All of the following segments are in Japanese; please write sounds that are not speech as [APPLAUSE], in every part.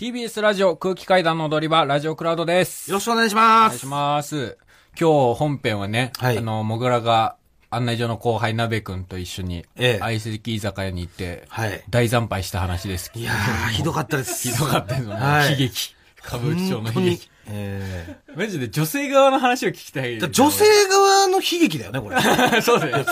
TBS ラジオ空気階段の踊り場、ラジオクラウドです。よろししくお願いしまおす。願いします。今日本編はね、はいあの、もぐらが案内所の後輩なべくんと一緒に、ええ相席居酒屋に行って、はい大惨敗した話です。いや [LAUGHS] ー、ひどかったです。ひどかったですよね。はい悲劇。歌舞伎町の本当悲に劇。。えマジで女性側の話を聞きたいえですね。女性側の悲劇だよね、これ。俺 [LAUGHS] そうだよ。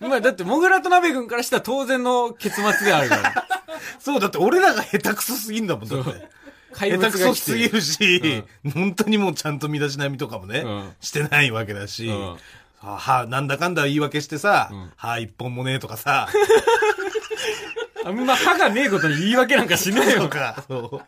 まあだって、もぐらとなべくんからしたら当然の結末であるから。 [LAUGHS] そう、だって俺らが下手くそすぎんだもん、だって。怪下物が手来てくそすぎるし、 [LAUGHS] 本当にもうちゃんと身だしなみとかもね、うんしてないわけだし、うんははなんだかんだ言い訳してさ、歯一本もねえとかさ、あんま歯がねえことに言い訳なんかしねえとよ。か、そ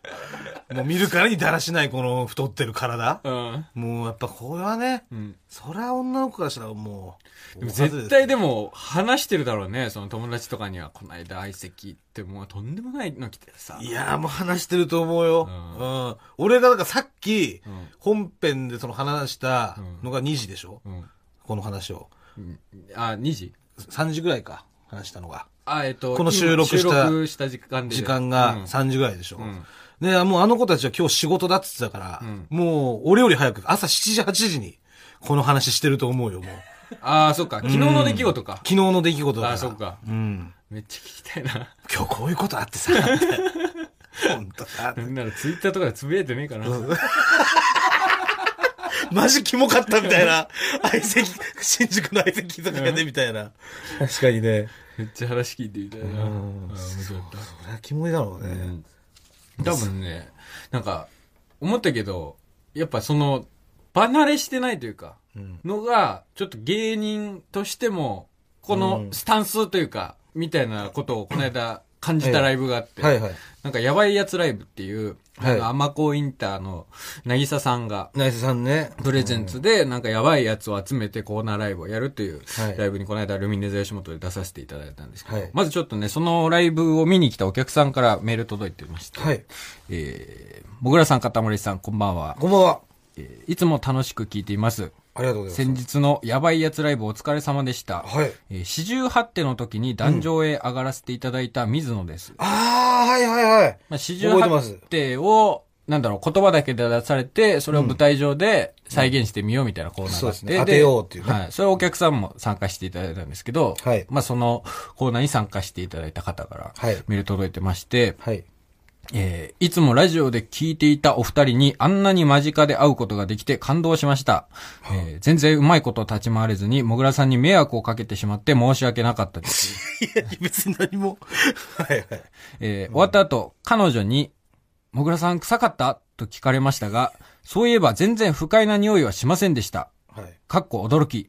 うもう見るからにだらしないこの太ってる体。うん。もうやっぱこれはね、そりゃ女の子からしたらもう、でも絶対でも話してるだろうね。その友達とかには、この間相席行ってもうとんでもないの来てさ。いやーもう話してると思うよ。うんうん。俺がなんかさっきん、本編でその話したのが2時でしょ、うん。この話を。うんあ、2時3時ぐらいか、話したのが。あ、えっと、この収録した収録した時間で。時う間がん3時ぐらいでしょ、んで、もうあの子たちは今日仕事だって言ってたから、んもう俺より早く、朝7時、8時に、この話してると思うよ、もう。ああ、そっか。昨日の出来事か昨。日の出来事だから。あそっかうん。めっちゃ聞きたいな。今日こういうことあって [LAUGHS] さ、って本当さ。なんならツイッターとかでつぶやいてねえかな。マジキモかったみたいな。相席、新宿の相席居酒屋でみたいな。確かにね。めっちゃ話聞いてみたいな。あうーん面白かった。そりゃキモいだろううね。ん多分ね、なんか、思ったけど、やっぱその、離れしてないというか、うんのが、ちょっと芸人としても、このうんスタンスというか、みたいなことをこの間感じたライブがあって、はいはい。なんかやばいやつライブっていう、はいあの、アマコインターの渚さんが、ナイスさんね。プレゼンツで、なんかやばいやつを集めてコーナーライブをやるというはいライブにこの間ルミネズ吉本で出させていただいたんですけど、はいまずちょっとね、そのライブを見に来たお客さんからメール届いてまして、はい。えー、もぐらさん、かたまりさん、こんばんは。こんばんは。えーいつも楽しく聞いています。ありがとうござい先ます。日のやばいやつライブお疲れ様でした。はい。えー、四十八手の時に壇上へ上がらせていただいた水野です。あー、はいはいはい。まあ、四十覚えてま八す手を、なんだろう、言葉だけで出されて、それを舞台上で再現してみようみたいなコーナーがあって、そうですね当てようっていうねはい。それをお客さんも参加していただいたんですけど、はいまあ、そのコーナーに参加していただいた方から、はいメール届いてまして、はい。えーいつもラジオで聞いていたお二人にあんなに間近で会うことができて感動しました。えー全然うまいこと立ち回れずに、もぐらさんに迷惑をかけてしまって申し訳なかったです。いや、別に何も。はいはい。えー終わった後、彼女に、もぐらさん臭かったと聞かれましたが、そういえば全然不快な匂いはしませんでした。はい。かっこ驚き。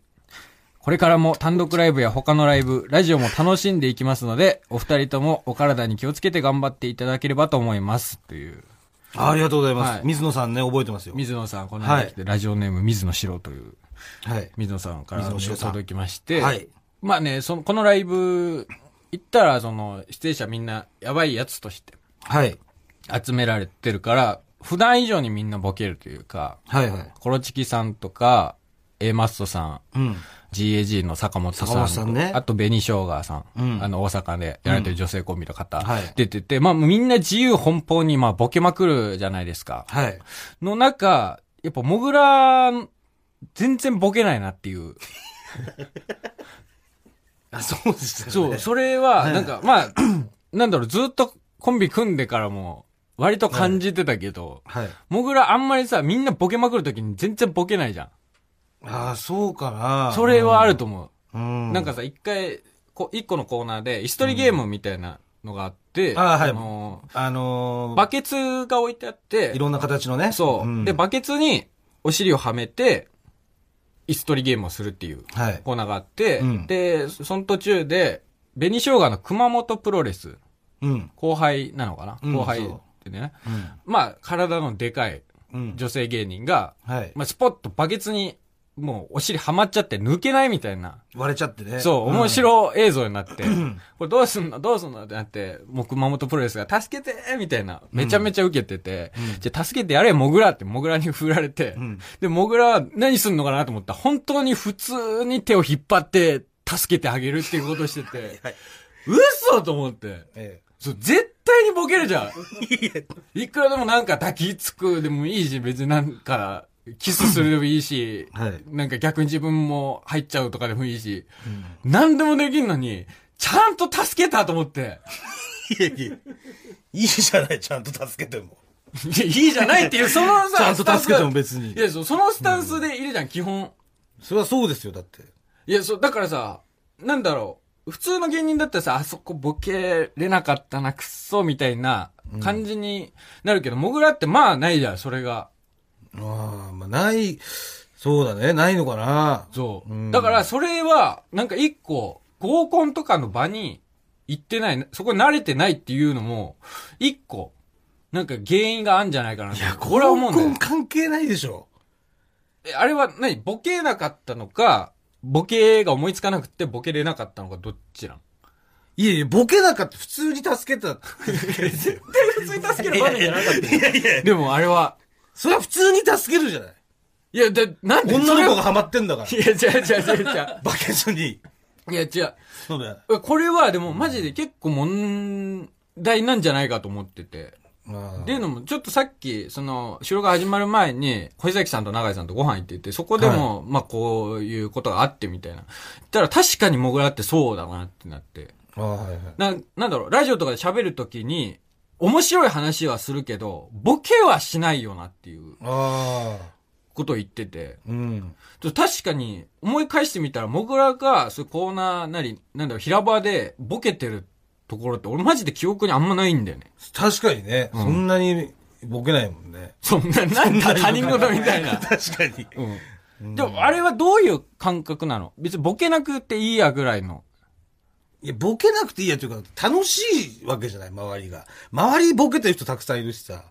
これからも単独ライブや他のライブ、ラジオも楽しんでいきますので、お二人ともお体に気をつけて頑張っていただければと思います。という。ありがとうございます。はい水野さんね、覚えてますよ。水野さん、この間来て、ラジオネーム水野四郎という、はい。水野さんから水野四郎さん届きまして、はいまあね、その、このライブ行ったら、その、出演者みんな、やばいやつとしてはい。集められてるから、普段以上にみんなボケるというか、はいはい。コロチキさんとか、A マストさん、うん。 GAG の坂本さんと坂本さんねあと紅生姜さん、うんあの大阪でやられてる女性コンビの方、んはい出てて、まあみんな自由奔放にまあボケまくるじゃないですか。はい。の中、やっぱモグラ、全然ボケないなっていう。あ、そうでしたね。そう、 [LAUGHS] それは、はいなんか、まあ、 [CLEARS THROAT] なんだろう、ずっとコンビ組んでからも、割と感じてたけど、はい。モグラあんまりさ、みんなボケまくるときに全然ボケないじゃん。ああ、そうかな。それはあると思うん。う。うん。なんかさ、一回、こ一個のコーナーで、椅子取りゲームみたいなのがあって、んあーはいのあのー、バケツが置いてあってい、ろんな形のね。そう、んで、バケツにお尻をはめて、椅子取りゲームをするっていう。はい。コーナーがあって、うんで、その途中で、紅生姜の熊本プロレス、うん。後輩なのかな、うん後輩そでうね、うん。まあ、体のでかいうん。女性芸人が、はい。まあ、スポッとバケツに、もうお尻はまっちゃって抜けないみたいな、割れちゃってね。そう、ん面。白映像にな [CLEARS THROAT] って、これどうすんのどうすんのってなって、もう熊本プロレスが助けてみたいな、めちゃめちゃ受けてて、じゃあ助けてやれ、モグラってモグラに振られて、うんで、モグラは何すんのかなと思ったら、本当に普通に手を引っ張って、助けてあげるっていうことをしてて、はい嘘と思って、ええそう絶対にボケるじゃん。いやいくらでもなんか抱きつくでもいいし、別になんか、キスするでもいいし、はいなんか逆に自分も入っちゃうとかでもいいし、何でもできんのに、ちゃんと助けたと思って、いやいやいいじゃない、ちゃんと助けても。いやいいじゃないっていう、そのさ、ちゃんとスタンス助けても別にいや、そうそのスタンスでいるじゃん、基本。それはそうですよ、だって。いや、そう、だからさ、なんだろう。普通の芸人だったらさ、あそこボケれなかったな、くっそ、みたいな感じになるけど、モグラってまあないじゃん、それが。ああ、まあ、ない、そうだね、ないのかな。そう。うんだから、それは、なんか一個、合コンとかの場に行ってない、そこに慣れてないっていうのも、一個、なんか原因があるんじゃないかな。いいや、ここれれはは思思うんだよ。関係ないでしょ。えあれは何ボケなかったのか、ボケが思いつかなくてボケれなかったのか、どっちなんいやいや、ボケなかった。普通に助 [LAUGHS] けた。普通に助ける場面じゃなかったでもあれは、それは普通に助けるじゃない。いや、で、なんで女それの子がハマってんだか [LAUGHS] らい。や、違う違う違う違バケツに。う。いや、違う。そうだよ。これはでもマジで結構問題なんじゃないかと思ってて。っていうのも、ちょっとさっき、その、収録が始まる前に、小井崎さんと永井さんとご飯行ってて、そこでも、まあ、こういうことがあってみたいな。たら確かにモグラってそうだなってなって。ああ、はいはい。な、なんだろう、ラジオとかで喋るときに、面白い話はするけど、ボケはしないよなっていうああ、ことを言ってて。うん。ちょ確かに、思い返してみたら、モグラが、そういうコーナーなり、なんだろう、平場でボケてるところって、俺マジで記憶にあんまないんだよね。 [LAUGHS] 確かにね、そんなにボケないもん [LAUGHS] ね。そんな、なんだ、他人事みたい [LAUGHS] な。確かに。うん。でも、あれはどういう感覚なの別にボケなくていいやぐらいの。いや、ボケなくていいやというか、楽しいわけじゃない、周りが。周りボケてる人たくさんいるしさ。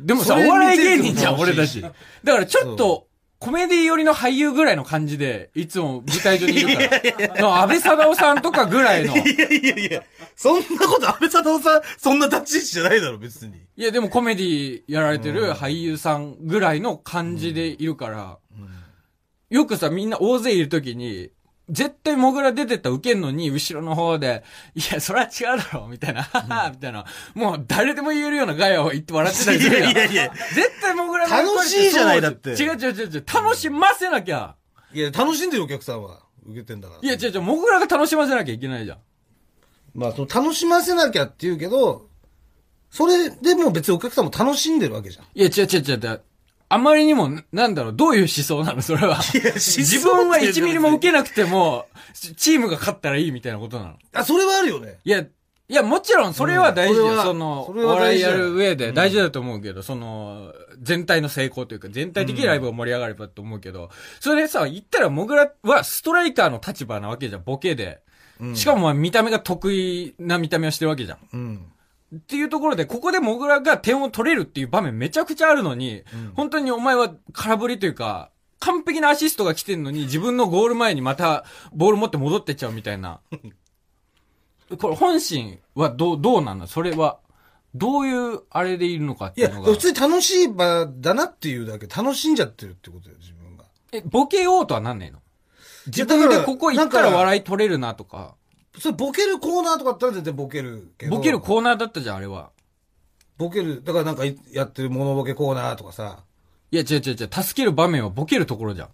でもさ、そおれ笑い芸見人てじてゃもん、俺だし。だからちょっと、コメディ寄りの俳優ぐらいの感じで、いつも舞台上にいるから。安倍貞夫さんとかぐらいの。いやいやいや、そんなこと、安倍佐藤さん、そんな立ち位置じゃないだろ、別に。いや、でもコメディやられてる俳優さんぐらいの感じでいるから、よくさ、みんな大勢いるときに、絶対モグラ出てったらウケんのに、後ろの方で、いや、それは違うだろ、みたいな、はは [LAUGHS] みたいな、もう誰でも言えるようなガヤを言って笑ってたりするやん。いやいやいや絶対モグラの役割楽しいじゃないだってそう違う違う違う違う、楽しませなきゃ。いや、楽しんでるお客さんは、受けてんだから。いや、違う違う、モグラが楽しませなきゃいけないじゃん。まあ、その、楽しませなきゃって言うけど、それでも別にお客さんも楽しんでるわけじゃん。いや、違う違う違う違う。あまりにも、なんだろう、どういう思想なの [LAUGHS] それは。自分は1ミリも受けなくても、チチームが勝ったらいいみたいなことなの。あ、それはあるよね。いや、いや、もちろんそれは大事だよ。うんそれはその、それおは笑大い事だやよる上で大事だと思うけど、その、全体の成功というか、全体的にライブが盛り上がればと思うけど、それでさ、言ったら、モグラはストライカーの立場なわけじゃん、ボケで。しかも、見た目が得意な見た目をしてるわけじゃん。うん。っていうところで、ここでモグラが点を取れるっていう場面めちゃくちゃあるのに、本当にお前は空振りというか、完璧なアシストが来てんのに、自分のゴール前にまたボール持って戻ってっちゃうみたい [LAUGHS] な。これ本心はどう、どうなのそれは。どういうあれでいるのかっていいや、うのが普。通に楽しい場だなっていうだけ、楽しんじゃってるってことよ、自分が。え、ボケようとはなんねえの自やだから分でここ行ったらなんか笑い取れるなとか。それ、ボケるコーナーとかだったら全然ボケるけど。ボケるコーナーだったじゃん、あれは。ボケる、だからなんかいやってるモノボケコーナーとかさ、いや、違う違う違う。助ける場面はボケるところじゃん。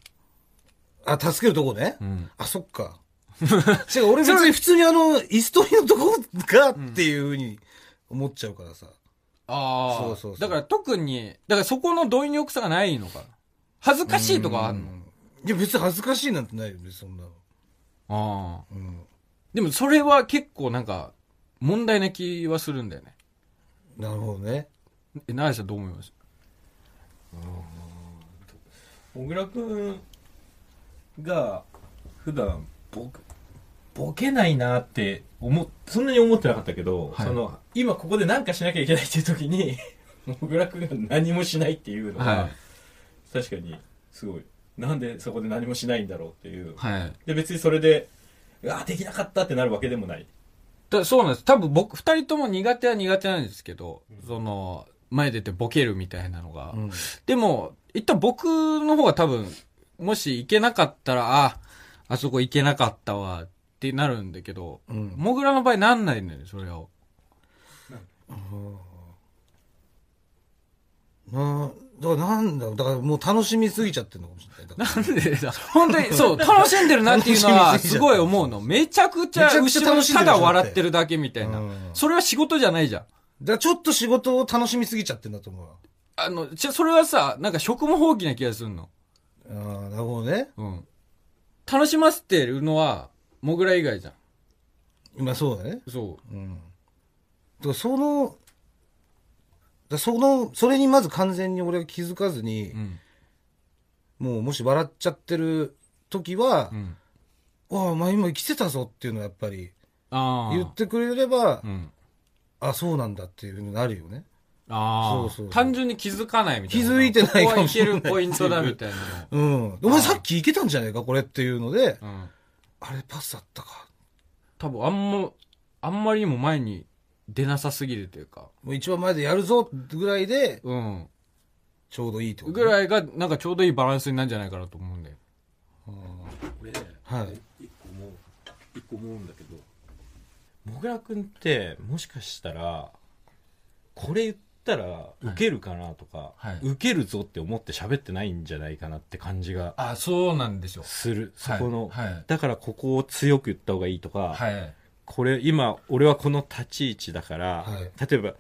あ、助けるとこね。んあ、そっか。 [LAUGHS] 違う、俺別に普通にあの、椅子取りのとこがっていうふうに思っちゃうからさ。ああ。そうそうそうだから特に、だからそこの貪欲さがないのか。恥ずかしいとかあんのいや、別に恥ずかしいなんてないよね、そんなの。ああ。うん。でもそれは結構なんか、問題な気はするんだよね。なるほどね。え、なさんどう思います小倉くんが普段ボケボケないなって思っそんなに思ってなかったけど、はいその今ここで何かしなきゃいけないっていう時に [LAUGHS] 小倉くんが何もしないっていうのが、は確かにすごいなんでそこで何もしないんだろうっていう、はい。だかで別にそれでうわーできなかったってなるわけでもないらそうなんです。多分僕、二人とも苦手は苦手なんですけど、その、前出てボケるみたいなのが。うん。でも、一旦僕の方が多分、もし行けなかったら、あ、あそこ行けなかったわ、ってなるんだけど、うんモグラの場合なんないんだよね、それを。なだからなんだろうだからもう楽しみすぎちゃってるのかもしれないだからなんでだ本当に、 [LAUGHS] そう、楽しんでるなっていうのは、楽しみすぎちすゃうごい思うの。めちゃくちゃ、めちゃくち後ゃろ楽にしんでたるじゃんだ笑ってるだけみたいなうん。それは仕事じゃないじゃん。だからちょっと仕事を楽しみすぎちゃってるんだと思うわあの、じゃ、それはさ、なんか職務放棄な気がするの。ああなるほどねうん。楽しませてるのは、モグラ以外じゃん。まあそうだねそうんだからそのだからそのそれにまず完全に俺が気づかずにう。う、ん。もうもし笑っちゃってる時はう、ん。ああお前今生きてたぞっていうのはやっぱりああ。言ってくれればうん。あそうなんだっていうふうになるよねああ。そうそうそう単純に気づかないみたいな。気づいてないこかこはもいしけれないるポイントだみたいうんお前さっきいけたんじゃないかこれっていうのでなの。うん。あれパスだったか多分、あんま、あんまりにも前に出なさすぎるというか。もう一番前でやるぞぐらいでうん。ちょうどいいってことぐらいが、なんかちょうどいいバランスになるんじゃないかなと思うんだよ。俺はい一個思う一個思うんだけどもぐらくんってもしかしたらこれ言ったらウケるかなとか、はいウケるぞって思って喋ってないんじゃないかなって感じがあ、そうなんですよ。するそはいこの、はいだからここを強く言った方がいいとか、はい。これ今俺はこの立ち位置だから、はい例えば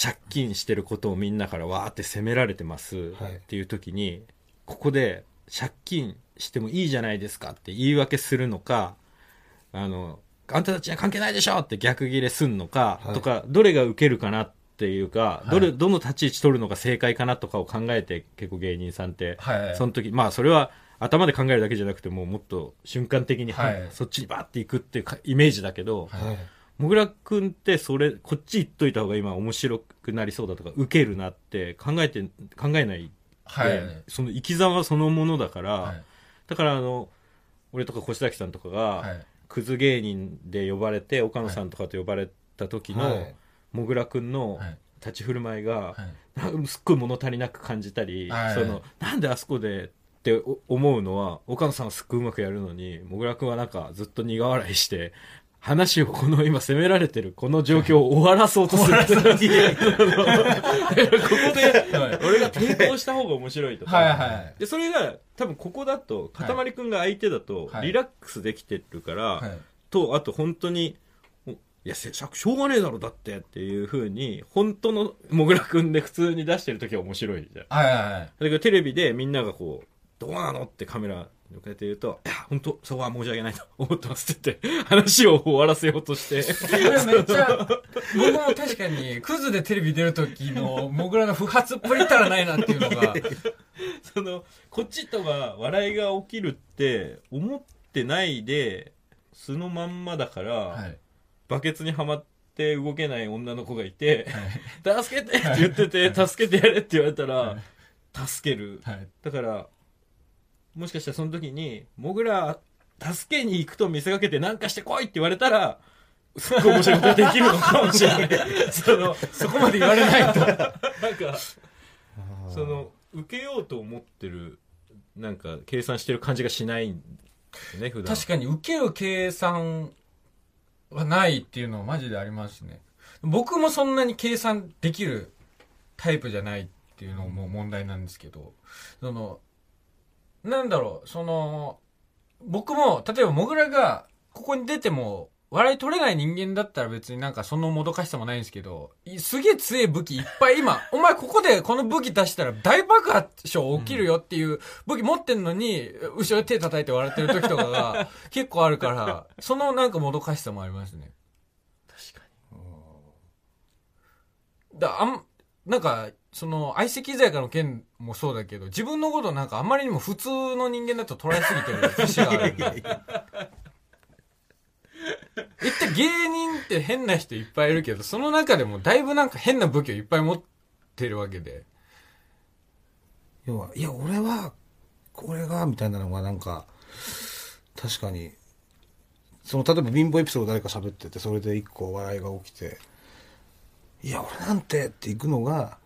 借金してることをみんなからわーって責められてますっはいていう時に、ここで借金してもいいじゃないですかって言い訳するのかあのあんたたちには関係ないでしょって逆ギレすんのか、はいとかどれが受けるかなっていうか、いどれどの立ち位置取るのが正解かなとかを考えて結構芸人さんって、はいその時まあそれは頭で考えるだけじゃなくてもうもっと瞬間的に、はいそっちにバーっていくっていうかイメージだけど、はいもぐらくんってそれこっち行っといた方が今面白くなりそうだとかウケるなって考えて考えないで、その生き様そのものだから、だからあの俺とか越崎さんとかが、はいクズ芸人で呼ばれて岡野さんとかと呼ばれた時の、はいもぐらくんのはい立ち振る舞いが、はいなんか [LAUGHS] すっごい物足りなく感じたり、はいそのなんであそこでってお思うのは岡野さんはすっごいうまくやるのにもぐらくんはなんかずっと苦笑いして話をこの今責められてるこの状況を終わらそうとするここで [LAUGHS] 俺が抵抗した方が面白いとか、はいはいでそれが多分ここだとかたまりくんが相手だとはいリラックスできてるから、はいとあと本当においやせしゃしょうがねえだろだってっていうふうに本当のもぐらくんで普通に出してる時は面白いじゃんだはいはいけどテレビでみんながこう「どうなの?」ってカメラに向けて言うと「いや本当そこは申し訳ないと思ってます」って言って [LAUGHS] 話を終わらせようとし [LAUGHS] てこれめっちゃ、僕も確かに、クズでテレビ出る時の、モグラの不発っぽりったらないなっていうの [LAUGHS] が、そのこっちとは笑いが起きるって思ってないで素のまんまだから、はい。バケツにはまって動けない女の子がいて、助けてって言ってて、助けてやれって言われたら、助ける。はい。だから、もしかしたらその時に、もぐら、助けに行くと見せかけて何かしてこいって言われたら、すっごい面白いことができるのかもしれない。その、そこまで言われないと。なんか、その、受けようと思ってる、なんか、計算してる感じがしないんですね、普段。確かに、受ける計算はないっていうのはマジでありますね。僕もそんなに計算できるタイプじゃないっていうのも問題なんですけど、その、なんだろう、その、僕も、例えば、モグラが、ここに出ても、笑い取れない人間だったら別になんかそのもどかしさもないんですけど、いすげえ強い武器いっぱい今、 [LAUGHS] お前ここでこの武器出したら大爆発症起きるよっていう武器持ってんのに、後ろで手叩いて笑ってる時とか [LAUGHS] が結構あるから、そのなんかもどかしさもありますね。確かだあん、なんか、その、相席居酒屋の件もそうだけど、自分のことなんかあんまりにも普通の人間だと捉えすぎてる [LAUGHS] 節がある。言って芸人って変な人いっぱいいるけど、その中でもだいぶなんか変な武器をいっぱい持ってるわけで。要は、いや、俺は、これが、みたいなのが、なんか、確かに、その、例えば貧乏エピソード誰か喋ってて、それで一個笑いが起きて、いや、俺なんてって行くのが、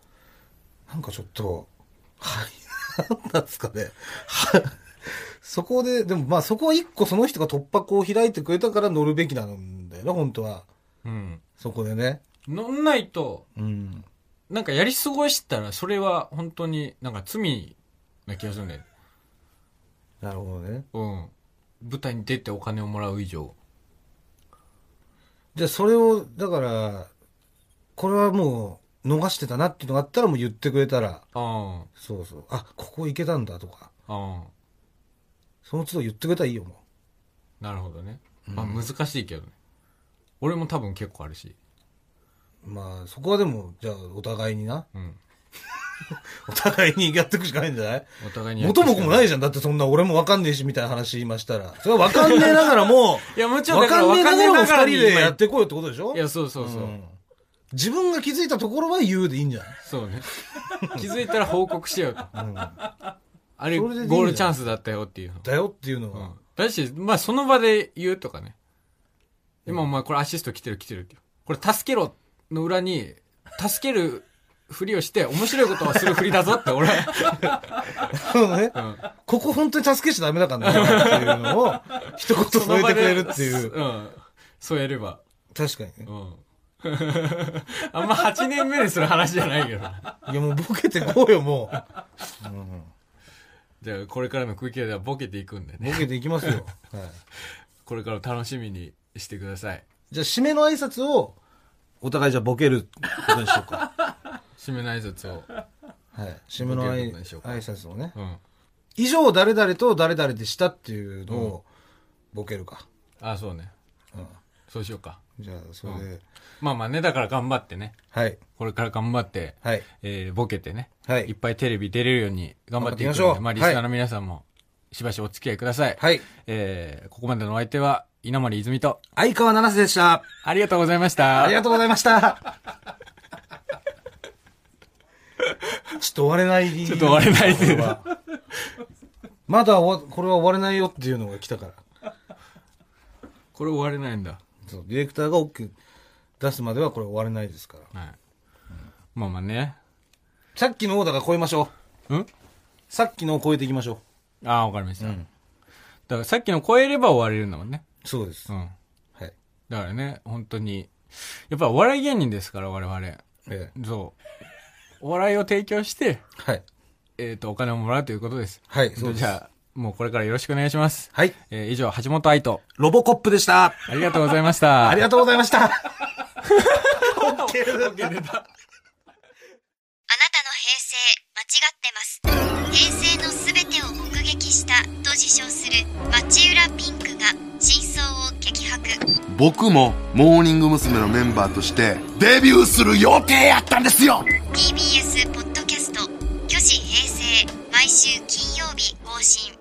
なんかちょっと、はい、なんなんですかね。はそこで、でもまあそこは一個その人が突破口を開いてくれたから乗るべきなんだよな、本当は。うん。そこでね。飲んないと、うん。なんかやり過ごしたら、それは本当になんか罪な気がするね。なるほどね。うん。舞台に出てお金をもらう以上。じゃあそれを、だから、これはもう逃してたなっていうのがあったらもう言ってくれたら、あそうそう、あ、ここ行けたんだとか、あ、ああ、その都度言ってくれたらいいよ、もなるほどね。うんまあ難しいけどね。俺も多分結構あるし。う。まあ、そこはでも、じゃあお互いにな。うん。お互いにやっていくしかないんじゃないお互いにやって元きたも子もないじゃん。だってそんな俺もわかんねえしみたいな話言いましたら。それはわかんねえながら [LAUGHS] も、いや、もちろんわだかからんねえながらもわ二か人んねえでやながらってこいよってことでしょ今いや、そうそうそう。ん自分が気づいたところは言うでいいんじゃないそうね。気づいたら報告しようと。うんあれ、そゴれでいいんじゃんールチャンスだったよっていうの。だよっていうのうんは。。だし、まあその場で言うとかね。今お前これアシスト来てる来てるって。これ助けろの裏に、助けるふりをして面白いことはするふりだぞって [LAUGHS] 俺。そうねうん。ここ本当に助けちゃダメだからね。っていうのを、一言添えてくれるってい。そうん。そうやれば。確かにねう。ん。あんま8年目にする話じゃないけど。いやもうボケてこうよ、もう。うんじゃあこれからの空気ではボケていくんでね。ボケていきますよ。はいこれからを楽しみにしてください。じゃあ、締めの挨拶を、お互いじゃあボケることにしようか。締めの挨拶を。はい。締めのボケる挨ことにしようか挨拶をね。うん。以上、誰々と誰々でしたっていうのを、ボケるか。あ、そうね。うん。そうしようか。じゃあ、それで、まあまあね、だから頑張ってね。はい。これから頑張って、はい。えー、ボケてね、はいいっぱいテレビ出れるように頑張っていくので、頑張っていきましょうまあ、リスナーの皆さんも、しばしお付き合いください。はい。えー、ここまでのお相手は、稲森泉と、相川七瀬でした。ありがとうございました。ありがとうございました。ちょっと終われない。ちょっと終われないこれはまだ終わこれは終われないよっていうのが来たから。これ終われないんだ。そう、ディレクターが OK 出すまではこれ終われないですから。はい。まあまあね。さっきのをだから超えましょう。うんさっきのを超えていきましょああ、わかりました。う。だからさっきの超えれば終われるんだもんね。そうです。うん。はい。だからね、本当に。やっぱお笑い芸人ですから、我々。ええそう。お笑いを提供して、はい。えっ、と、お金をもらうということです。はいそうですじゃあ、もうこれからよろしくお願いします。はい。えー以上、橋本愛と、ロボコップでした。ありがとうございました。ありがとうございました。あなたの平成間違ってます平成のすべてを目撃したと自称する町浦ピンクが真相を激白僕もモーニング娘。のメンバーとしてデビューする予定やったんですよ TBS ポッドキャスト「巨子平成」毎週金曜日更新